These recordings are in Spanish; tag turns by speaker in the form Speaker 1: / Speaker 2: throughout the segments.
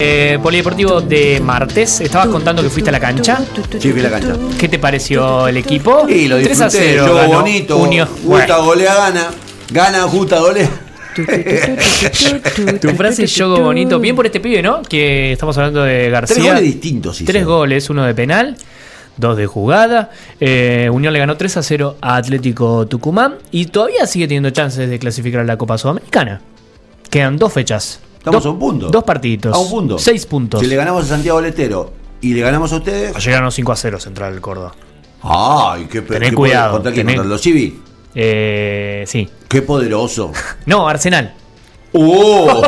Speaker 1: eh, polideportivo de martes. Estabas contando que fuiste a la cancha.
Speaker 2: Sí, fui a la cancha.
Speaker 1: ¿Qué te pareció el equipo?
Speaker 2: Y lo disfruté,
Speaker 1: 3 a 0.
Speaker 2: yo
Speaker 1: ganó
Speaker 2: bonito.
Speaker 1: Unión.
Speaker 2: Gusta golea gana. Gana justa golea.
Speaker 1: Tu frase es yogo bonito. Bien por este pibe, ¿no? Que estamos hablando de García.
Speaker 2: Tres goles distintos. hizo.
Speaker 1: Tres goles, uno de penal, dos de jugada. Eh, Unión le ganó 3 a 0 a Atlético Tucumán y todavía sigue teniendo chances de clasificar a la Copa Sudamericana. Quedan dos fechas.
Speaker 2: Estamos
Speaker 1: Dos-
Speaker 2: a un punto.
Speaker 1: Dos partiditos.
Speaker 2: A un punto.
Speaker 1: Seis puntos.
Speaker 2: Si le ganamos a Santiago Letero y le ganamos a ustedes.
Speaker 1: Llegaron 5 a 0 Central del Córdoba.
Speaker 2: ¡Ay, qué pe-
Speaker 1: Tené
Speaker 2: qué
Speaker 1: cuidado,
Speaker 2: poder- ¿Contra quién?
Speaker 1: tené-
Speaker 2: ¿Contra los Civi?
Speaker 1: Eh, sí.
Speaker 2: ¡Qué poderoso!
Speaker 1: No, Arsenal.
Speaker 2: ¡Oh!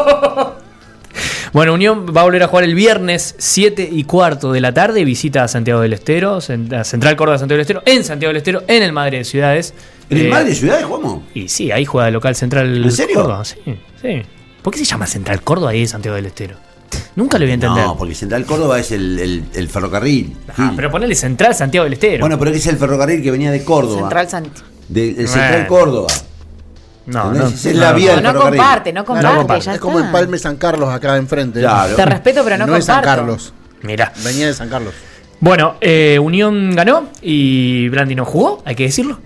Speaker 1: Bueno, Unión va a volver a jugar el viernes 7 y cuarto de la tarde. Visita a Santiago del Estero, cen- a Central Córdoba Santiago del Estero, en Santiago del Estero, en el Madre de Ciudades.
Speaker 2: ¿En
Speaker 1: Eh,
Speaker 2: el Madre Ciudad jugamos?
Speaker 1: Y sí, ahí juega de local Central
Speaker 2: ¿En serio?
Speaker 1: Córdoba. Sí, sí. ¿Por qué se llama Central Córdoba y es Santiago del Estero? Nunca lo voy a entender.
Speaker 2: No, porque Central Córdoba es el, el- el ferrocarril.
Speaker 1: Ah,
Speaker 2: Sí.
Speaker 1: pero ponele Central Santiago del Estero.
Speaker 2: Bueno, pero que es el ferrocarril que venía de Córdoba.
Speaker 3: Central Santi.
Speaker 2: De, el Central
Speaker 1: Bueno.
Speaker 2: Córdoba.
Speaker 1: no,
Speaker 2: ¿entendés?
Speaker 1: no.
Speaker 2: Esa es la vía
Speaker 3: No,
Speaker 2: del
Speaker 3: no
Speaker 2: ferrocarril.
Speaker 3: comparte, no comparte,
Speaker 1: comparte.
Speaker 3: ya
Speaker 4: Es como
Speaker 3: está.
Speaker 4: el Palme San Carlos acá enfrente.
Speaker 2: Claro.
Speaker 3: Te respeto, pero no,
Speaker 4: no es San
Speaker 3: comparto.
Speaker 4: Carlos.
Speaker 1: Mirá.
Speaker 4: Venía de San Carlos.
Speaker 1: Bueno, eh, Unión ganó y Blandi no jugó, hay que decirlo.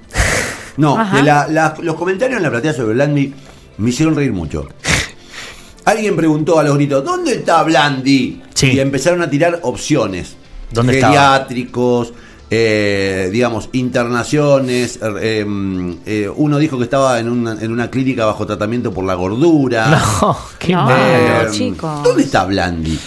Speaker 2: No,
Speaker 3: Ajá.
Speaker 2: de la- la- los comentarios en la platea sobre Blandi me hicieron reír mucho. Alguien preguntó a los gritos, ¿dónde está Blandi?
Speaker 1: Sí.
Speaker 2: Y empezaron a tirar opciones.
Speaker 1: ¿Dónde estaba?
Speaker 2: Geriátricos, eh, digamos, internaciones. er, em, eh, uno dijo que estaba en una, en una clínica bajo tratamiento por la gordura. Eh,
Speaker 1: No, Ah, qué
Speaker 3: No.
Speaker 1: mal.
Speaker 2: Em,
Speaker 3: no, chicos.
Speaker 2: ¿Dónde está Blandi?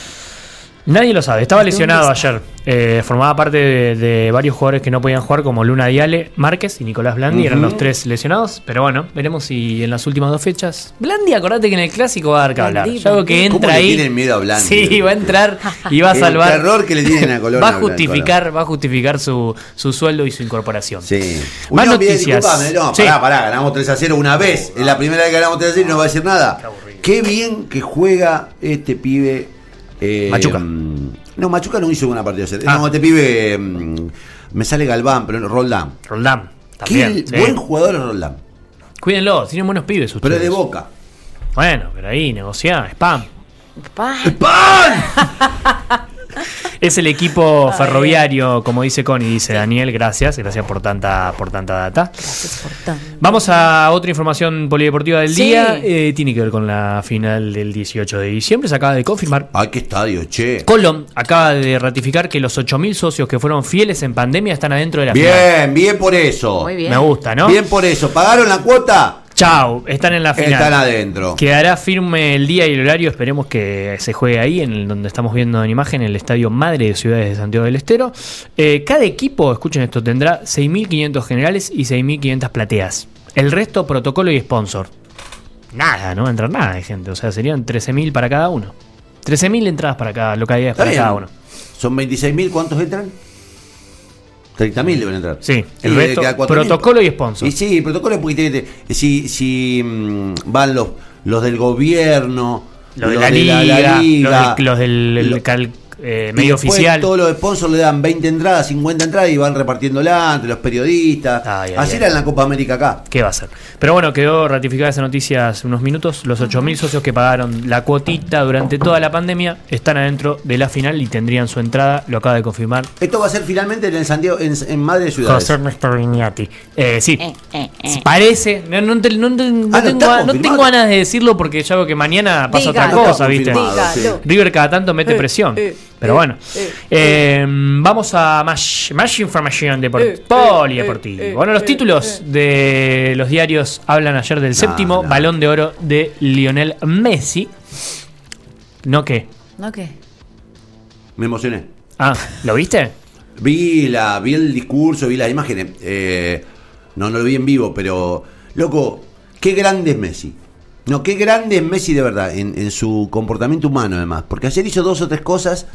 Speaker 1: Nadie lo sabe, estaba lesionado
Speaker 3: está?
Speaker 1: ayer. Eh, formaba parte de, de varios jugadores que no podían jugar, como Luna Diale, Márquez y Nicolás Blandi. Eran
Speaker 2: Ujú.
Speaker 1: los tres lesionados, pero bueno, veremos si en las últimas dos fechas. Blandi, acordate que en el clásico va a dar que hablar.
Speaker 3: Blandi,
Speaker 1: Yo creo que
Speaker 2: ¿Cómo
Speaker 1: entra
Speaker 2: le
Speaker 1: ahí.
Speaker 2: tienen miedo a Blandi?
Speaker 1: Sí, va a entrar y va a
Speaker 2: El
Speaker 1: salvar.
Speaker 2: terror que le tienen a Colón
Speaker 1: va a
Speaker 2: a Blanco,
Speaker 1: justificar, va a justificar su, su sueldo y su incorporación.
Speaker 2: Sí.
Speaker 1: Más
Speaker 2: Unión, bien,
Speaker 1: noticias.
Speaker 2: disculpame, no,
Speaker 1: Sí.
Speaker 2: pará, pará, ganamos 3 a 0 una vez. Es la primera vez que ganamos 3 a 0 y no va a decir nada. Qué bien que juega este pibe. eh,
Speaker 1: Machuca.
Speaker 2: mm, No, Machuca no hizo buena partida. ayer.
Speaker 1: Ah.
Speaker 2: No, este pibe. mm, me sale Galván, pero no, Roldán.
Speaker 1: Roldán.
Speaker 2: Qué
Speaker 1: También. sí. Pues
Speaker 2: buen jugador es Roldán.
Speaker 1: Cuídenlo, tienen buenos pibes ustedes.
Speaker 2: Pero es de boca.
Speaker 1: Bueno, pero ahí negociá, spam.
Speaker 3: Pa,
Speaker 1: Es el equipo ferroviario, como dice Connie, dice Daniel, gracias, gracias por tanta, por tanta data.
Speaker 3: es por tanto.
Speaker 1: Vamos a otra información polideportiva del
Speaker 3: Sí.
Speaker 1: día. Eh, tiene que ver con la final del 18 de diciembre. Se acaba de confirmar.
Speaker 2: Ay, qué estadio, che.
Speaker 1: Colón acaba de ratificar que los 8.000 socios que fueron fieles en pandemia están adentro de la final.
Speaker 2: Bien, bien por eso.
Speaker 3: Muy bien.
Speaker 1: Me gusta, ¿no?
Speaker 2: Bien por eso. ¿Pagaron la cuota?
Speaker 1: Chau, están en la final.
Speaker 2: Están adentro.
Speaker 1: Quedará firme el día y el horario, esperemos que se juegue ahí, en el- donde estamos viendo en imagen, el Estadio Madre de Ciudades de Santiago del Estero. Eh, cada equipo, escuchen esto, tendrá 6.500 generales y 6.500 plateas. El resto, protocolo y sponsor. Nada, no va a entrar nada de gente, o sea, serían 13.000 para cada uno. 13.000 entradas para cada localidad,
Speaker 2: Está
Speaker 1: para
Speaker 2: bien.
Speaker 1: cada uno.
Speaker 2: Son 26.000, ¿cuántos entran? 30.000 deben entrar.
Speaker 1: Sí, el
Speaker 2: debe
Speaker 1: resto,
Speaker 2: quedar 4.000.
Speaker 1: protocolo y sponsor.
Speaker 2: Y sí, protocolo es porque tiene que te- si, si mm, van los, los del gobierno,
Speaker 1: Los de la liga, los, de- los del el
Speaker 2: lo-
Speaker 1: cal- eh,
Speaker 2: y
Speaker 1: medio
Speaker 2: después
Speaker 1: oficial.
Speaker 2: Todos los sponsors le dan 20 entradas, 50 entradas y van repartiéndola entre los periodistas.
Speaker 1: Ay, ay,
Speaker 2: Así
Speaker 1: ay.
Speaker 2: era en la Copa América acá.
Speaker 1: ¿Qué va a ser? Pero bueno, quedó ratificada esa noticia hace unos minutos. Los 8.000 socios que pagaron la cuotita durante toda la pandemia están adentro de la final y tendrían su entrada. Lo acaba de confirmar
Speaker 2: Esto va a ser finalmente en el Santiago, en, en Madre de Ciudades.
Speaker 1: José Ernesto Vignati. Eh, sí.
Speaker 3: Eh, eh, eh.
Speaker 1: Parece, no, no te- no te- no
Speaker 2: Ah, lo
Speaker 1: tengo,
Speaker 2: está
Speaker 1: a- no
Speaker 2: confirmado.
Speaker 1: tengo ganas de decirlo porque ya veo que mañana pasa otra
Speaker 3: Dígalo,
Speaker 1: cosa, ¿viste?
Speaker 2: confirmado, sí.
Speaker 3: Dígalo.
Speaker 1: River cada tanto mete
Speaker 3: Eh,
Speaker 1: presión.
Speaker 3: eh,
Speaker 1: Pero
Speaker 3: eh,
Speaker 1: bueno,
Speaker 3: eh,
Speaker 1: Eh, vamos a más, más información de
Speaker 3: Eh, eh,
Speaker 1: polideportiva.
Speaker 3: eh, eh,
Speaker 1: bueno, los
Speaker 3: eh,
Speaker 1: títulos de los diarios hablan ayer del séptimo
Speaker 2: no.
Speaker 1: balón de oro de Lionel Messi. ¿No qué?
Speaker 3: ¿No qué?
Speaker 2: Me emocioné.
Speaker 1: Ah, ¿lo viste?
Speaker 2: Vi, la, vi el discurso, vi las imágenes. Eh, no, no lo vi en vivo, pero. Loco, qué grande es Messi. No, qué grande es Messi de verdad, en, en su comportamiento humano además. Porque ayer hizo dos o tres cosas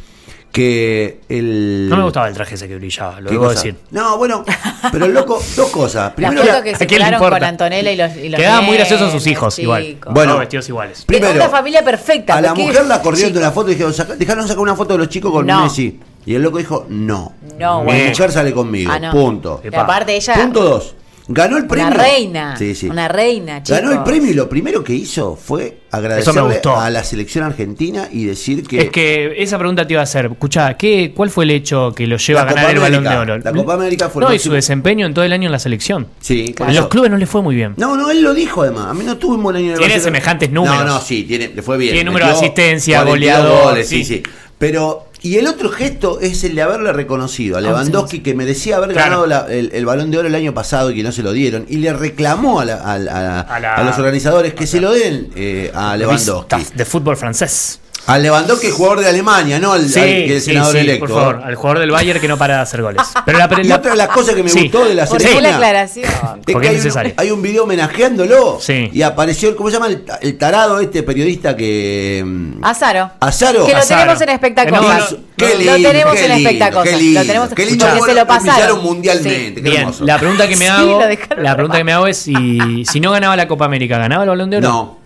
Speaker 2: que el.
Speaker 1: No me gustaba el traje ese que brillaba, lo
Speaker 2: ¿Qué
Speaker 1: debo
Speaker 2: cosa?
Speaker 1: decir.
Speaker 2: No, bueno, pero loco, dos cosas.
Speaker 3: La
Speaker 2: Primero,
Speaker 3: foto que
Speaker 1: ¿a
Speaker 3: se
Speaker 1: quién le
Speaker 3: quedaron
Speaker 1: importa?
Speaker 3: con Antonella y los, y los
Speaker 1: Quedaban muy
Speaker 3: nenes,
Speaker 1: graciosos sus hijos, igual.
Speaker 3: chicos.
Speaker 2: Bueno.
Speaker 1: Todos vestidos iguales.
Speaker 2: primero,
Speaker 3: Era una familia perfecta.
Speaker 2: a la
Speaker 3: porque-
Speaker 2: mujer la corrieron
Speaker 3: Sí.
Speaker 2: de la foto y dijeron, "Saca- dejaron sacar una foto de los chicos con
Speaker 3: No.
Speaker 2: Messi. Y el loco dijo, no.
Speaker 3: No,
Speaker 2: Mi
Speaker 3: bueno.
Speaker 2: mujer sale conmigo.
Speaker 3: Ah, no.
Speaker 2: Punto.
Speaker 3: Y aparte ella.
Speaker 2: Punto 2. Ganó el premio.
Speaker 3: Una reina.
Speaker 2: Sí, sí.
Speaker 3: Una reina, chicos.
Speaker 2: Ganó el premio y lo primero que hizo fue
Speaker 1: me
Speaker 2: agradecerle
Speaker 1: gustó.
Speaker 2: a la selección argentina y decir que,
Speaker 1: Es que esa pregunta te iba a hacer. Escuchá, ¿qué, ¿cuál fue el hecho que lo lleva
Speaker 2: La
Speaker 1: a ganar
Speaker 2: Copa
Speaker 1: el
Speaker 2: América.
Speaker 1: Balón de Oro?
Speaker 2: La Copa América fue el
Speaker 1: No, y su
Speaker 2: máximo-
Speaker 1: desempeño en todo el año en la selección.
Speaker 2: Sí, por
Speaker 1: En
Speaker 2: eso.
Speaker 1: los clubes no le fue muy bien.
Speaker 2: No, no, él lo dijo además. A mí no tuvo un buen año en el
Speaker 1: Tiene
Speaker 2: Barcelona.
Speaker 1: semejantes números.
Speaker 2: No, no, sí, tiene, le fue bien.
Speaker 1: Tiene número de
Speaker 2: Metió
Speaker 1: asistencia,
Speaker 2: 42
Speaker 1: goleador,
Speaker 2: goles, sí,
Speaker 1: sí.
Speaker 2: sí. Pero, y el otro gesto es el de haberle reconocido a Lewandowski, que merecía haber
Speaker 1: Claro.
Speaker 2: ganado la- el, el balón de oro el año pasado y que no se lo dieron. Y le reclamó a, la- a- a-
Speaker 1: A la-
Speaker 2: a los organizadores que se lo den eh, a Lewandowski.
Speaker 1: Vistas De fútbol francés.
Speaker 2: A Lewandowski, jugador de Alemania, no al, al- que el senador
Speaker 1: sí, sí,
Speaker 2: electo. ¿eh?".
Speaker 1: Por favor, al jugador del Bayern que no para de hacer goles. Pero la, Ah,
Speaker 2: Y otra de las cosas que me
Speaker 1: Sí.
Speaker 2: gustó de la
Speaker 3: ¿Por
Speaker 2: selección.
Speaker 3: qué la aclaración?
Speaker 2: Es
Speaker 1: Porque
Speaker 2: que
Speaker 1: es
Speaker 2: hay,
Speaker 1: necesario.
Speaker 2: un, hay un video homenajeándolo
Speaker 1: Sí.
Speaker 2: y apareció, el- ¿cómo se llama? El, el tarado este periodista que... mm,
Speaker 3: Azaro.
Speaker 2: Azaro.
Speaker 3: Que lo
Speaker 1: Azaro.
Speaker 3: tenemos en espectáculo.
Speaker 1: No,
Speaker 2: Hizo- qué lindo,
Speaker 3: lo tenemos
Speaker 2: qué
Speaker 3: en
Speaker 2: lindo,
Speaker 3: espectáculo.
Speaker 2: Qué lindo,
Speaker 3: Lo tenemos
Speaker 2: qué lindo,
Speaker 3: porque
Speaker 2: cómo
Speaker 3: se
Speaker 2: lo
Speaker 3: lo pasaron.
Speaker 2: humillaron mundialmente. Qué
Speaker 1: Bien,
Speaker 2: hermoso.
Speaker 1: la pregunta que me
Speaker 3: Sí,
Speaker 1: hago,
Speaker 3: lo dejaron
Speaker 1: la pregunta que me hago es si, si no ganaba la Copa América, ¿ganaba el Balón de Oro?
Speaker 2: No.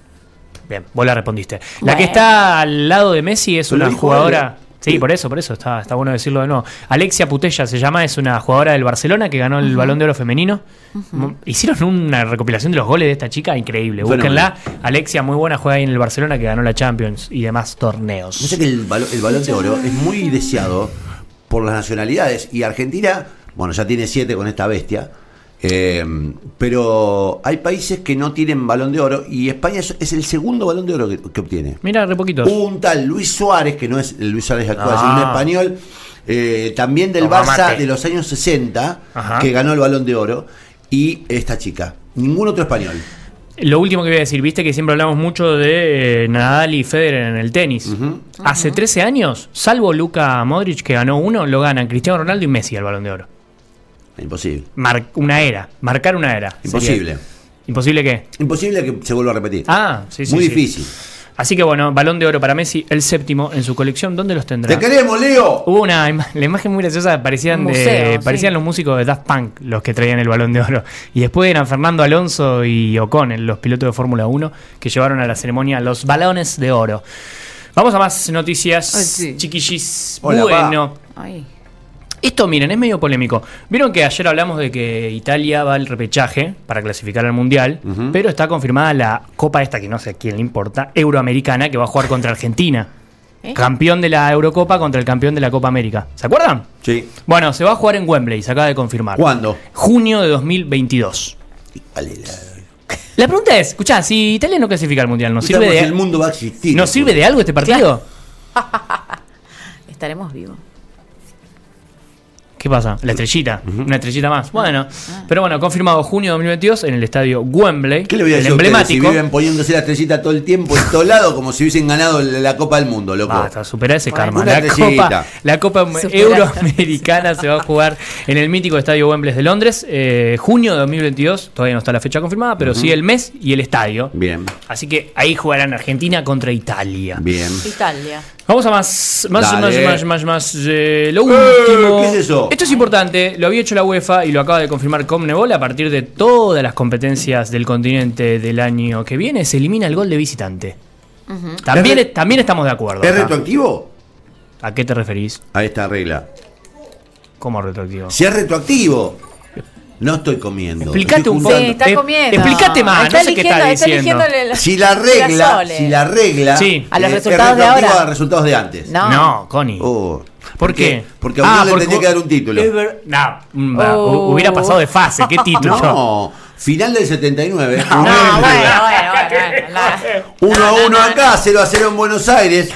Speaker 1: Bien, vos la respondiste. La
Speaker 3: Bueno.
Speaker 1: que está al lado de Messi es
Speaker 2: Pero
Speaker 1: una
Speaker 2: dijo
Speaker 1: jugadora.
Speaker 2: algo.
Speaker 1: Sí, por eso, por eso está, está bueno decirlo de nuevo. Alexia Putella se llama, es una jugadora del Barcelona que ganó el Balón de Oro femenino. Mo- Hicieron una recopilación de los goles de esta chica increíble.
Speaker 2: Fenomenal.
Speaker 1: Búsquenla. Alexia, muy buena, juega ahí en el Barcelona que ganó la Champions y demás torneos.
Speaker 2: No sé que el, balo- el balón de oro es muy deseado por las nacionalidades y Argentina, bueno, ya tiene siete con esta bestia. eh, pero hay países que no tienen balón de oro y España es, es el segundo balón de oro que- que obtiene.
Speaker 1: Mira, re poquitos.
Speaker 2: Hubo un tal Luis Suárez, que no es el Luis Suárez actual,
Speaker 1: No.
Speaker 2: sino un español, eh, también del
Speaker 1: Toma
Speaker 2: Barça
Speaker 1: mate.
Speaker 2: de los años 60,
Speaker 1: Ajá.
Speaker 2: que ganó el balón de oro, y esta chica. Ningún otro español.
Speaker 1: Lo último que voy a decir, viste que siempre hablamos mucho de eh, Nadal y Federer en el tenis. Hace 13 años, salvo Luca Modric que ganó uno, lo ganan Cristiano Ronaldo y Messi al Balón de Oro.
Speaker 2: Imposible.
Speaker 1: Mar- una era, marcar una era. sería.
Speaker 2: Imposible.
Speaker 1: ¿Imposible qué?
Speaker 2: Imposible que se vuelva a repetir.
Speaker 1: Ah, sí, sí.
Speaker 2: Muy
Speaker 1: sí.
Speaker 2: difícil.
Speaker 1: Así que bueno, Balón de Oro para Messi, el séptimo en su colección. ¿Dónde los tendrá?
Speaker 2: ¡Te queremos, Leo!
Speaker 1: Hubo una ima- la imagen muy graciosa, parecían, de,
Speaker 3: Un museo,
Speaker 1: parecían
Speaker 3: sí.
Speaker 1: los músicos de Daft Punk los que traían el balón de oro. Y después eran Fernando Alonso y Ocon, los pilotos de Fórmula 1, que llevaron a la ceremonia los balones de oro. Vamos a más noticias,
Speaker 3: Ay, sí.
Speaker 1: chiquillis.
Speaker 2: Hola,
Speaker 1: bueno,
Speaker 3: Ay.
Speaker 1: esto miren, es medio polémico. Vieron que ayer hablamos de que Italia va al repechaje para clasificar al Mundial, pero está confirmada la copa esta, que no sé a quién le importa, euroamericana, que va a jugar contra Argentina.
Speaker 3: ¿Eh?
Speaker 1: Campeón de la Eurocopa contra el campeón de la Copa América. ¿Se acuerdan?
Speaker 2: Sí.
Speaker 1: Bueno, se va a jugar en Wembley, se acaba de confirmar.
Speaker 2: ¿Cuándo?
Speaker 1: Junio de 2022.
Speaker 2: Vale, la-
Speaker 1: La pregunta es, escuchá, si Italia no clasifica al Mundial, ¿nos sirve
Speaker 2: Sabemos si el
Speaker 1: de,
Speaker 2: mundo va a existir.
Speaker 1: ¿nos sirve de algo este partido?
Speaker 3: Estaremos vivos.
Speaker 1: ¿Qué pasa? La estrellita, una estrellita más. Bueno, pero bueno, confirmado junio de 2022 en el estadio Wembley,
Speaker 2: ¿Qué le voy a
Speaker 1: el
Speaker 2: decir a ustedes
Speaker 1: emblemático.
Speaker 2: si viven poniéndose la estrellita todo el tiempo en todos lados como si hubiesen ganado la la Copa del Mundo, loco?
Speaker 1: Basta, supera ese
Speaker 3: Bueno,
Speaker 1: karma.
Speaker 2: una
Speaker 1: La copa,
Speaker 2: estrellita.
Speaker 1: la copa
Speaker 3: Superá.
Speaker 1: Euroamericana se va a jugar en el mítico estadio Wembley de Londres, eh, junio de 2022. Todavía no está la fecha confirmada, pero sí el mes y el estadio.
Speaker 2: Bien,
Speaker 1: Así que ahí jugarán Argentina contra Italia.
Speaker 2: bien.
Speaker 3: Italia.
Speaker 1: Vamos a más, más, más,
Speaker 2: Dale.
Speaker 1: más, más, más. eh, lo
Speaker 2: Eh,
Speaker 1: último.
Speaker 2: ¿qué es eso?
Speaker 1: Esto es importante, lo había hecho la UEFA y lo acaba de confirmar Comnebol a partir de todas las competencias del continente del año que viene. Se elimina el gol de visitante. también,
Speaker 2: Es re-
Speaker 1: también estamos de acuerdo.
Speaker 2: ¿Es
Speaker 1: acá.
Speaker 2: retroactivo?
Speaker 1: ¿A qué te referís?
Speaker 2: Ahí está regla.
Speaker 1: ¿Cómo retroactivo?
Speaker 2: Si es retroactivo, no estoy comiendo.
Speaker 1: Explicate
Speaker 2: estoy
Speaker 1: un
Speaker 2: juntando.
Speaker 1: poco.
Speaker 3: Sí, está
Speaker 1: Eh,
Speaker 3: comiendo.
Speaker 1: explicate más,
Speaker 3: Está
Speaker 1: no sé qué está
Speaker 3: eligiendo-
Speaker 1: diciendo.
Speaker 3: Está eligiendo el-
Speaker 2: Si la regla,
Speaker 3: girasoles.
Speaker 2: si la regla
Speaker 1: Sí.
Speaker 3: A los
Speaker 2: eh, es
Speaker 3: resultados de
Speaker 2: retroactiva
Speaker 3: ahora.
Speaker 2: a resultados de antes.
Speaker 3: No.
Speaker 1: No, Connie.
Speaker 2: Oh.
Speaker 1: ¿Por qué? Ah,
Speaker 2: Porque a Unión le
Speaker 1: porque-
Speaker 2: tenía que dar un título.
Speaker 1: Es ver- Nah, mm, bah,
Speaker 3: Oh.
Speaker 1: Hubiera pasado de fase, ¿qué título?
Speaker 2: No, final del 79.
Speaker 3: No,
Speaker 2: Unión
Speaker 3: bueno,
Speaker 2: le tenía-
Speaker 3: bueno, bueno. nada.
Speaker 2: Uno a uno acá, 0 a 0 en Buenos Aires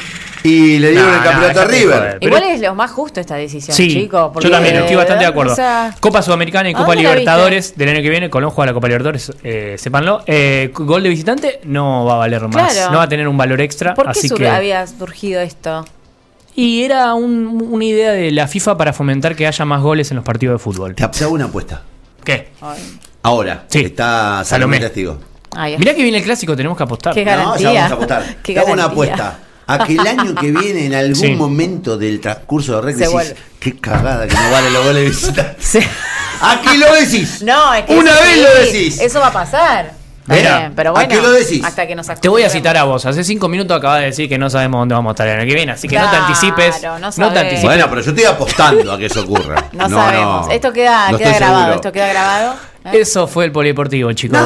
Speaker 2: y le dieron
Speaker 1: No,
Speaker 2: el
Speaker 1: no,
Speaker 2: campeonato a
Speaker 1: dejate de
Speaker 2: River.
Speaker 1: joder.
Speaker 3: Igual es lo más justo esta decisión,
Speaker 1: Sí,
Speaker 3: chicos. porque,
Speaker 1: yo también estoy bastante de
Speaker 3: eh,
Speaker 1: acuerdo.
Speaker 3: o sea,
Speaker 1: Copa Sudamericana y
Speaker 3: ¿a
Speaker 1: Copa
Speaker 3: dónde la viste?
Speaker 1: Libertadores del año que viene. Colón juega la Copa Libertadores, eh, sépanlo. Eh, gol de visitante no va a valer más.
Speaker 3: Claro.
Speaker 1: No va a tener un valor extra.
Speaker 3: ¿Por qué
Speaker 1: así
Speaker 3: sur-
Speaker 1: que...
Speaker 3: había surgido esto?
Speaker 1: Y era un- una idea de la FIFA para fomentar que haya más goles en los partidos de fútbol.
Speaker 2: Te hago una apuesta.
Speaker 1: ¿Qué?
Speaker 3: Ay,
Speaker 2: Ahora,
Speaker 1: Sí.
Speaker 2: está
Speaker 1: Salomé.
Speaker 2: Salomé Testigo.
Speaker 3: ay,
Speaker 1: Mirá que viene el clásico, tenemos que apostar.
Speaker 3: Qué
Speaker 2: No,
Speaker 3: garantía.
Speaker 2: ya vamos a apostar.
Speaker 3: Qué
Speaker 2: Te hago una
Speaker 3: garantía.
Speaker 2: apuesta. A que el año que viene, en algún
Speaker 1: Sí.
Speaker 2: momento del transcurso de
Speaker 3: Se
Speaker 2: regla, decís,
Speaker 3: vuelve.
Speaker 2: qué cagada que no vale los goles de visita.
Speaker 3: Sí.
Speaker 2: Aquí lo decís.
Speaker 3: No, es que
Speaker 2: Una
Speaker 3: eso
Speaker 2: vez
Speaker 3: sí,
Speaker 2: lo decís.
Speaker 3: Eso va a pasar. Está
Speaker 1: Mira,
Speaker 3: bien, pero
Speaker 2: ¿a
Speaker 3: bueno,
Speaker 2: qué lo decís?
Speaker 3: hasta que nos
Speaker 1: Te voy a citar a vos. Hace cinco minutos acabas de decir que no sabemos dónde vamos a estar el año que viene, así que no te
Speaker 3: Claro,
Speaker 1: anticipes.
Speaker 3: no
Speaker 1: no te
Speaker 3: sabés.
Speaker 1: anticipes.
Speaker 2: Bueno, pero yo estoy apostando a que eso ocurra.
Speaker 3: No, sabemos. Esto queda,
Speaker 2: No
Speaker 3: queda
Speaker 2: estoy
Speaker 3: grabado.
Speaker 2: seguro.
Speaker 3: Esto queda grabado. ¿eh?
Speaker 1: Eso fue el polideportivo, chicos.